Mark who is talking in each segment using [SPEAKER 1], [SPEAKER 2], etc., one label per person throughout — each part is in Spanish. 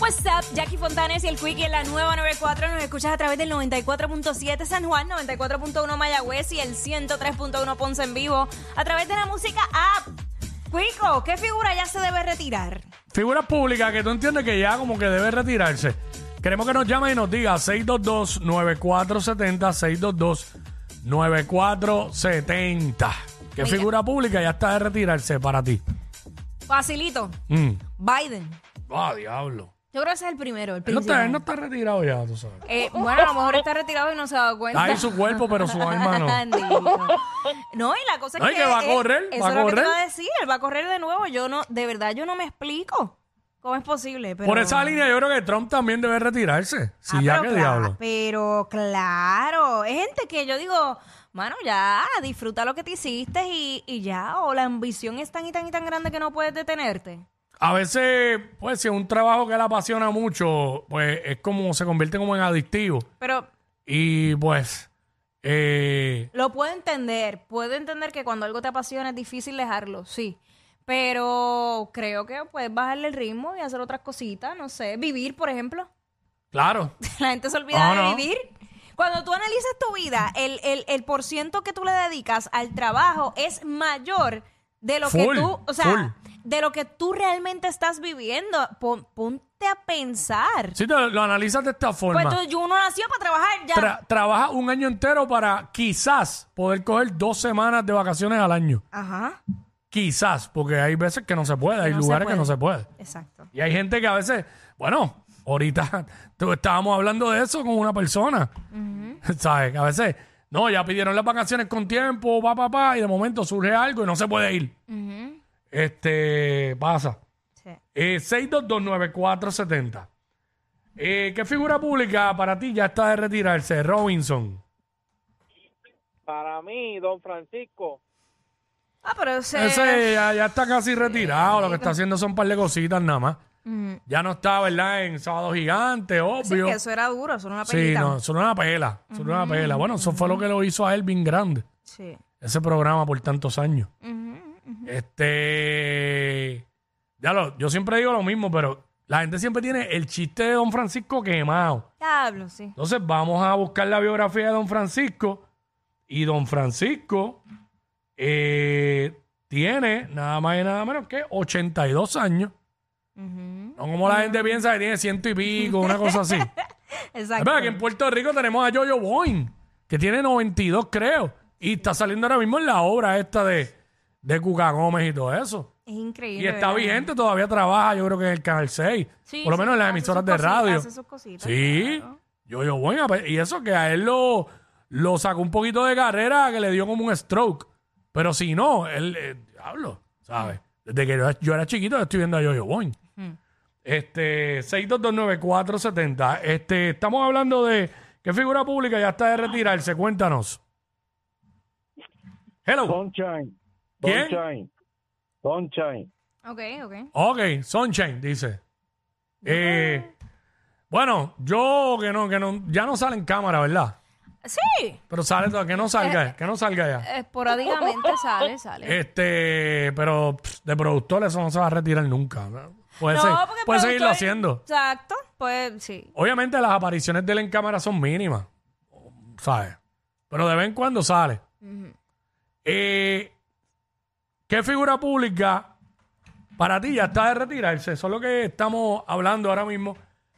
[SPEAKER 1] WhatsApp, Jackie Fontanes y el Quickie en la nueva 94. Nos escuchas a través del 94.7 San Juan, 94.1 Mayagüez y el 103.1 Ponce en vivo. A través de la música app. Quico, ¿qué figura ya se debe retirar?
[SPEAKER 2] Figuras públicas que tú entiendes que ya como que debe retirarse. Queremos que nos llame y nos diga 622-9470, 622-9470. ¿Qué
[SPEAKER 1] Mira.
[SPEAKER 2] figura pública ya está de retirarse para ti?
[SPEAKER 1] Facilito.
[SPEAKER 2] Mm.
[SPEAKER 1] Biden.
[SPEAKER 2] Ah, diablo.
[SPEAKER 1] Yo creo que ese es el primero, el
[SPEAKER 2] Él no, está,
[SPEAKER 1] principal.
[SPEAKER 2] él no está retirado ya, tú sabes.
[SPEAKER 1] Eh, bueno, a lo mejor está retirado y no se ha dado cuenta.
[SPEAKER 2] Ahí su cuerpo, pero su alma no.
[SPEAKER 1] Bendito. No, y la cosa es
[SPEAKER 2] No, y
[SPEAKER 1] que.
[SPEAKER 2] que va a
[SPEAKER 1] él-
[SPEAKER 2] correr,
[SPEAKER 1] Eso
[SPEAKER 2] va a
[SPEAKER 1] es lo que te
[SPEAKER 2] correr.
[SPEAKER 1] iba a decir. Él va a correr de nuevo. Yo no, de verdad, yo no me explico cómo es posible. Pero...
[SPEAKER 2] Por esa línea yo creo que Trump también debe retirarse. Sí,
[SPEAKER 1] Ah,
[SPEAKER 2] ya
[SPEAKER 1] pero
[SPEAKER 2] que
[SPEAKER 1] cla-
[SPEAKER 2] diablo.
[SPEAKER 1] Pero claro, es gente que yo digo, mano, ya, disfruta lo que te hiciste y, y ya, o la ambición es tan y tan y tan grande que no puedes detenerte.
[SPEAKER 2] A veces, pues si es un trabajo que le apasiona mucho, pues es como se convierte como en adictivo.
[SPEAKER 1] Pero
[SPEAKER 2] Y pues, eh,
[SPEAKER 1] lo puedo entender, puedo entender que cuando algo te apasiona es difícil dejarlo, sí. Pero creo que puedes bajarle el ritmo y hacer otras cositas, no sé, vivir, por ejemplo.
[SPEAKER 2] claro,
[SPEAKER 1] La gente se olvida
[SPEAKER 2] Ah,
[SPEAKER 1] de
[SPEAKER 2] no.
[SPEAKER 1] vivir. Cuando tú analizas tu vida, el, el, el por ciento que tú le dedicas al trabajo es mayor de lo
[SPEAKER 2] Full,
[SPEAKER 1] que tú, o sea,
[SPEAKER 2] full.
[SPEAKER 1] de lo que tú realmente estás viviendo. Pon- ponte a pensar.
[SPEAKER 2] si te lo analizas de esta forma,
[SPEAKER 1] Pues tú, yo- uno nació para trabajar ya.
[SPEAKER 2] tra- trabaja un año entero para quizás poder coger dos semanas de vacaciones al año.
[SPEAKER 1] Ajá,
[SPEAKER 2] Quizás, porque hay veces que no se puede, hay
[SPEAKER 1] no se
[SPEAKER 2] lugares
[SPEAKER 1] puede.
[SPEAKER 2] que no se puede.
[SPEAKER 1] exacto.
[SPEAKER 2] Y hay gente que a veces, bueno, ahorita tú- estábamos hablando de eso con una persona. ¿Sabes? Que a veces, no, ya pidieron las vacaciones con tiempo, pa, pa, pa, y de momento surge algo y no se puede ir.
[SPEAKER 1] Ujú,
[SPEAKER 2] Este, pasa.
[SPEAKER 1] sí.
[SPEAKER 2] Eh, 6229470. Eh, ¿Qué figura pública para ti ya está de retirarse? Robinson.
[SPEAKER 3] Para mí, don Francisco,
[SPEAKER 1] Ah, pero ese...
[SPEAKER 2] Ese ya, ya está casi retirado. Lo que está haciendo son un par de cositas nada más.
[SPEAKER 1] Ujú.
[SPEAKER 2] Ya no está, ¿verdad? En Sábado Gigante,
[SPEAKER 1] Mm. Sí,
[SPEAKER 2] obvio.
[SPEAKER 1] que eso era duro, eso era una
[SPEAKER 2] Sí,
[SPEAKER 1] pelita. Mm.
[SPEAKER 2] no, son una pela, son una pela. Bueno, eso fue lo que lo hizo a él bien grande,
[SPEAKER 1] Sí.
[SPEAKER 2] ese programa por tantos años.
[SPEAKER 1] Ujú, ujú.
[SPEAKER 2] Este, ya lo, yo siempre digo lo mismo, pero la gente siempre tiene el chiste de Don Francisco quemado.
[SPEAKER 1] Diablo, sí.
[SPEAKER 2] Entonces vamos a buscar la biografía de Don Francisco y Don Francisco eh, tiene nada más y nada menos que 82 años.
[SPEAKER 1] Ujú.
[SPEAKER 2] No como la gente piensa que tiene ciento y pico, una cosa así. Es
[SPEAKER 1] Exacto.
[SPEAKER 2] verdad que en Puerto Rico tenemos a Jojo Boyne, que tiene 92, creo. Y está saliendo ahora mismo en la obra esta de, de Cuca Gómez y todo eso.
[SPEAKER 1] Es increíble.
[SPEAKER 2] Y está
[SPEAKER 1] ¿verdad?
[SPEAKER 2] vigente, todavía trabaja, yo creo que en el Canal 6.
[SPEAKER 1] Sí,
[SPEAKER 2] por lo
[SPEAKER 1] sí,
[SPEAKER 2] menos en las
[SPEAKER 1] hace
[SPEAKER 2] emisoras
[SPEAKER 1] sus
[SPEAKER 2] de
[SPEAKER 1] cosi-
[SPEAKER 2] radio.
[SPEAKER 1] hace sus cositas,
[SPEAKER 2] Sí,
[SPEAKER 1] claro.
[SPEAKER 2] Jojo Boyne. ape- pues, Y eso que a él lo, lo sacó un poquito de carrera, que le dio como un stroke. Pero si no, él, eh, diablo, ¿sabes? Desde que yo era, yo era chiquito, yo estoy viendo a Jojo Boyne. Este, 6229470. Este, estamos hablando de qué figura pública ya está de retirarse. Cuéntanos. Hello.
[SPEAKER 4] Sunshine.
[SPEAKER 2] ¿Quién?
[SPEAKER 4] Sunshine. Sunshine.
[SPEAKER 1] Ok, ok.
[SPEAKER 2] Ok, Sunshine, dice. Eh, bueno, yo que no, que no, ya no sale en cámara, ¿verdad?
[SPEAKER 1] Sí,
[SPEAKER 2] Pero sale, to- que no salga, que no salga ya.
[SPEAKER 1] esporádicamente sale, sale.
[SPEAKER 2] Este, pero pff, de productor eso no se va a retirar nunca. ¿no? Puede, ser-
[SPEAKER 1] porque el
[SPEAKER 2] puede
[SPEAKER 1] productor-
[SPEAKER 2] seguirlo haciendo.
[SPEAKER 1] Exacto, pues sí.
[SPEAKER 2] Obviamente las apariciones de él en cámara son mínimas, ¿sabes? Pero de vez en cuando sale. Eh, ¿Qué figura pública para ti ya está de retirarse? Eso es lo que estamos hablando ahora mismo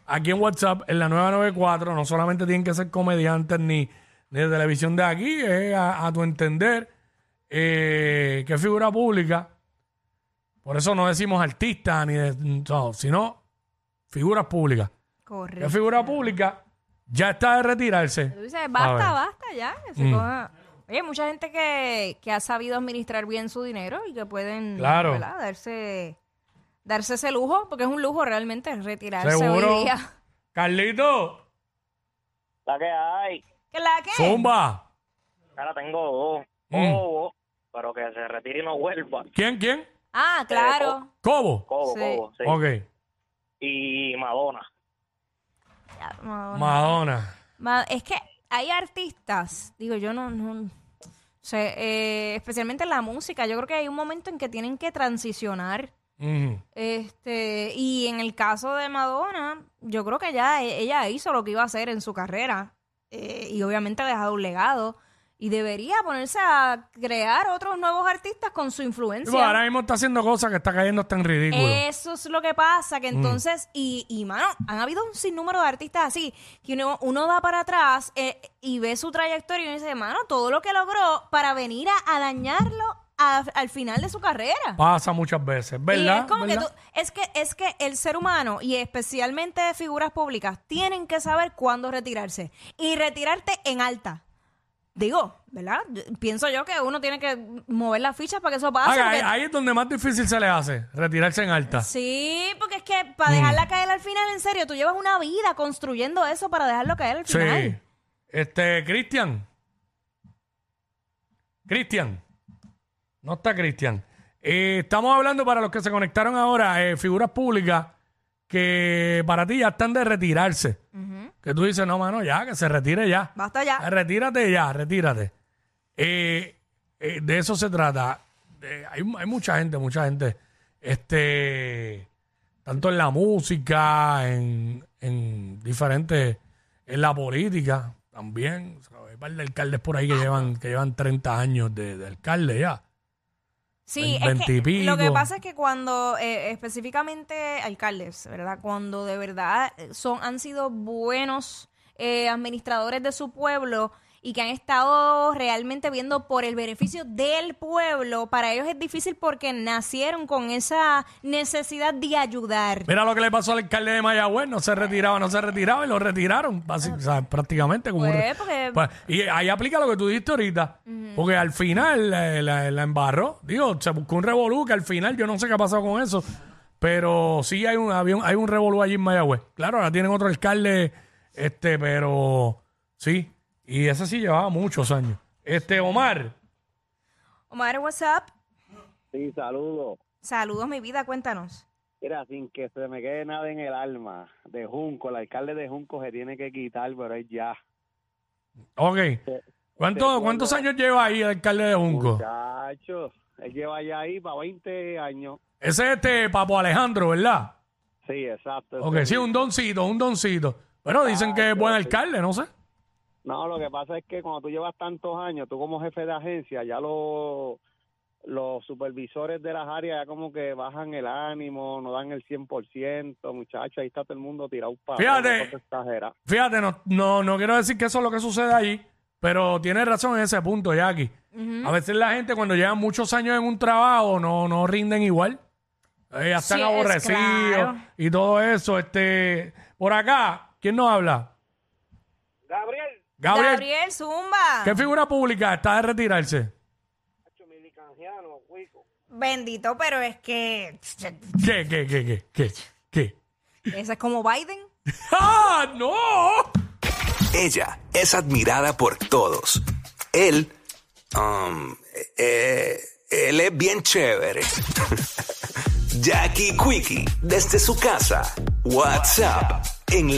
[SPEAKER 2] aquí en WhatsApp, en la 994. No solamente tienen que ser comediantes ni, ni de televisión de aquí, es a, a tu entender. eh, ¿Qué figura pública? Por eso no decimos artistas ni de- no, sino figuras públicas. La
[SPEAKER 1] Correcto.
[SPEAKER 2] figura pública ya está de
[SPEAKER 1] Tú
[SPEAKER 2] retirarse.
[SPEAKER 1] dices,
[SPEAKER 2] A ver.
[SPEAKER 1] basta, basta, ya. que se
[SPEAKER 2] Mm.
[SPEAKER 1] coja. Oye, mucha gente que, que ha sabido administrar bien su dinero y que pueden
[SPEAKER 2] Claro.
[SPEAKER 1] ¿verdad? darse darse ese lujo, porque es un lujo realmente retirarse
[SPEAKER 2] Seguro.
[SPEAKER 1] hoy día.
[SPEAKER 2] Carlito,
[SPEAKER 3] la que hay,
[SPEAKER 1] ¿Que la qué?
[SPEAKER 2] Zumba.
[SPEAKER 3] ahora tengo dos.
[SPEAKER 2] Mm.
[SPEAKER 3] Cobo, pero que se retire y no vuelva.
[SPEAKER 2] ¿Quién, quién?
[SPEAKER 1] Ah, claro.
[SPEAKER 2] Cobo.
[SPEAKER 3] Cobo,
[SPEAKER 1] Sí.
[SPEAKER 3] Cobo, sí.
[SPEAKER 2] Ok.
[SPEAKER 3] Y Madonna.
[SPEAKER 1] Ya, Madonna.
[SPEAKER 2] Madonna.
[SPEAKER 1] Ma- Es que hay artistas, digo yo no, no sé, eh, especialmente en la música, yo creo que hay un momento en que tienen que transicionar.
[SPEAKER 2] Ujú.
[SPEAKER 1] Este, y en el caso de Madonna, yo creo que ya e- ella hizo lo que iba a hacer en su carrera eh, y obviamente ha dejado un legado y debería ponerse a crear otros nuevos artistas con su
[SPEAKER 2] Y
[SPEAKER 1] influencia.
[SPEAKER 2] pues, ahora mismo está haciendo cosas que está cayendo tan ridículo.
[SPEAKER 1] Eso es lo que pasa,
[SPEAKER 2] Mm.
[SPEAKER 1] que entonces, y, y mano, han habido un sinnúmero de artistas así, que uno, uno da para atrás eh, y ve su trayectoria y uno dice, mano, todo lo que logró para venir a, a dañarlo a- al final de su carrera.
[SPEAKER 2] Pasa muchas veces, ¿verdad?
[SPEAKER 1] Y es como que tú-
[SPEAKER 2] ¿Verdad?
[SPEAKER 1] es que es que el ser humano y especialmente de figuras públicas tienen que saber cuándo retirarse y retirarte en alta. Digo, ¿verdad? Yo- Pienso yo que uno tiene que mover las fichas para que eso pase.
[SPEAKER 2] Ah, ahí,
[SPEAKER 1] porque-
[SPEAKER 2] ahí es donde más difícil se le hace, retirarse en alta.
[SPEAKER 1] Sí, porque es que
[SPEAKER 2] Mm.
[SPEAKER 1] para dejarla caer al final, en serio, tú llevas una vida construyendo eso para dejarlo caer al
[SPEAKER 2] Sí.
[SPEAKER 1] final.
[SPEAKER 2] Este, Cristian. Cristian. No está Cristian. Eh, estamos hablando para los que se conectaron ahora, eh, figuras públicas que para ti ya están de retirarse. Que tú dices, no, mano, ya, que se retire ya.
[SPEAKER 1] Basta ya.
[SPEAKER 2] Ah, Retírate ya, retírate. Eh, eh, de eso se trata. De- hay, hay mucha gente, mucha gente. Este, tanto en la música, en, en diferentes, en la política también. ¿sabes? Hay un par de alcaldes por ahí que llevan, que llevan 30 años de, de alcalde ya.
[SPEAKER 1] Sí,
[SPEAKER 2] Ve-
[SPEAKER 1] es que lo que
[SPEAKER 2] veintipico.
[SPEAKER 1] pasa es que cuando, eh, específicamente alcaldes, ¿verdad? Cuando de verdad eh, son, han sido buenos eh, administradores de su pueblo y que han estado realmente viendo por el beneficio del pueblo, para ellos es difícil porque nacieron con esa necesidad de ayudar.
[SPEAKER 2] Mira lo que le pasó al alcalde de Mayagüez, no se retiraba, no se retiraba y lo retiraron, basi- o sea, prácticamente como un re-
[SPEAKER 1] Pues, porque-
[SPEAKER 2] Pues, y ahí aplica lo que tú dijiste ahorita, porque al final eh, la, la embarró, digo, se buscó un revolú que al final yo no sé qué ha pasado con eso, pero sí hay un había un- hay un revolú allí en Mayagüez. Claro, ahora tienen otro alcalde este, pero sí, y ese sí llevaba muchos años. Este Omar,
[SPEAKER 1] Omar, what's up?
[SPEAKER 4] Sí, saludo.
[SPEAKER 1] Saludos, mi vida, cuéntanos.
[SPEAKER 4] Mira, sin que se me quede nada en el alma, de Junco, el alcalde de Junco se tiene que quitar, pero es ya.
[SPEAKER 2] ok. ¿Cuánto, ¿Cuántos años lleva ahí el alcalde de Junco?
[SPEAKER 4] Muchachos, él lleva ya ahí para 20 años.
[SPEAKER 2] Ese es este Papo Alejandro, ¿verdad?
[SPEAKER 4] Sí, exacto.
[SPEAKER 2] Ok, sí, Ah, un doncito, un doncito. Pero dicen que es buen alcalde, no sé.
[SPEAKER 4] No, lo que pasa es que cuando tú llevas tantos años, tú como jefe de agencia, ya los los supervisores de las áreas ya como que bajan el ánimo, no dan el 100%, muchachos, ahí está todo el mundo tirado para
[SPEAKER 2] Fíjate. Fíjate, no, no, no quiero decir que eso es lo que sucede allí, pero tiene razón en ese punto, Jackie. A veces la gente cuando llevan muchos años en un trabajo no, no rinden igual. Eh, ya están
[SPEAKER 1] Sí, es
[SPEAKER 2] aborrecidos
[SPEAKER 1] claro.
[SPEAKER 2] y todo eso. Este, por acá, ¿quién nos habla?
[SPEAKER 3] Gabriel,
[SPEAKER 2] Gabriel,
[SPEAKER 1] Gabriel Zumba.
[SPEAKER 2] ¿qué figura pública está de retirarse?
[SPEAKER 3] Milicanciano, Cuico.
[SPEAKER 1] Bendito, pero es que
[SPEAKER 2] ¿Qué, qué, qué, qué, qué, qué?
[SPEAKER 1] ese es como Biden.
[SPEAKER 2] ¡Ah, no!
[SPEAKER 5] Ella es admirada por todos. Él, um, eh, él es bien chévere. Jackie Quickie, desde su casa. WhatsApp, en la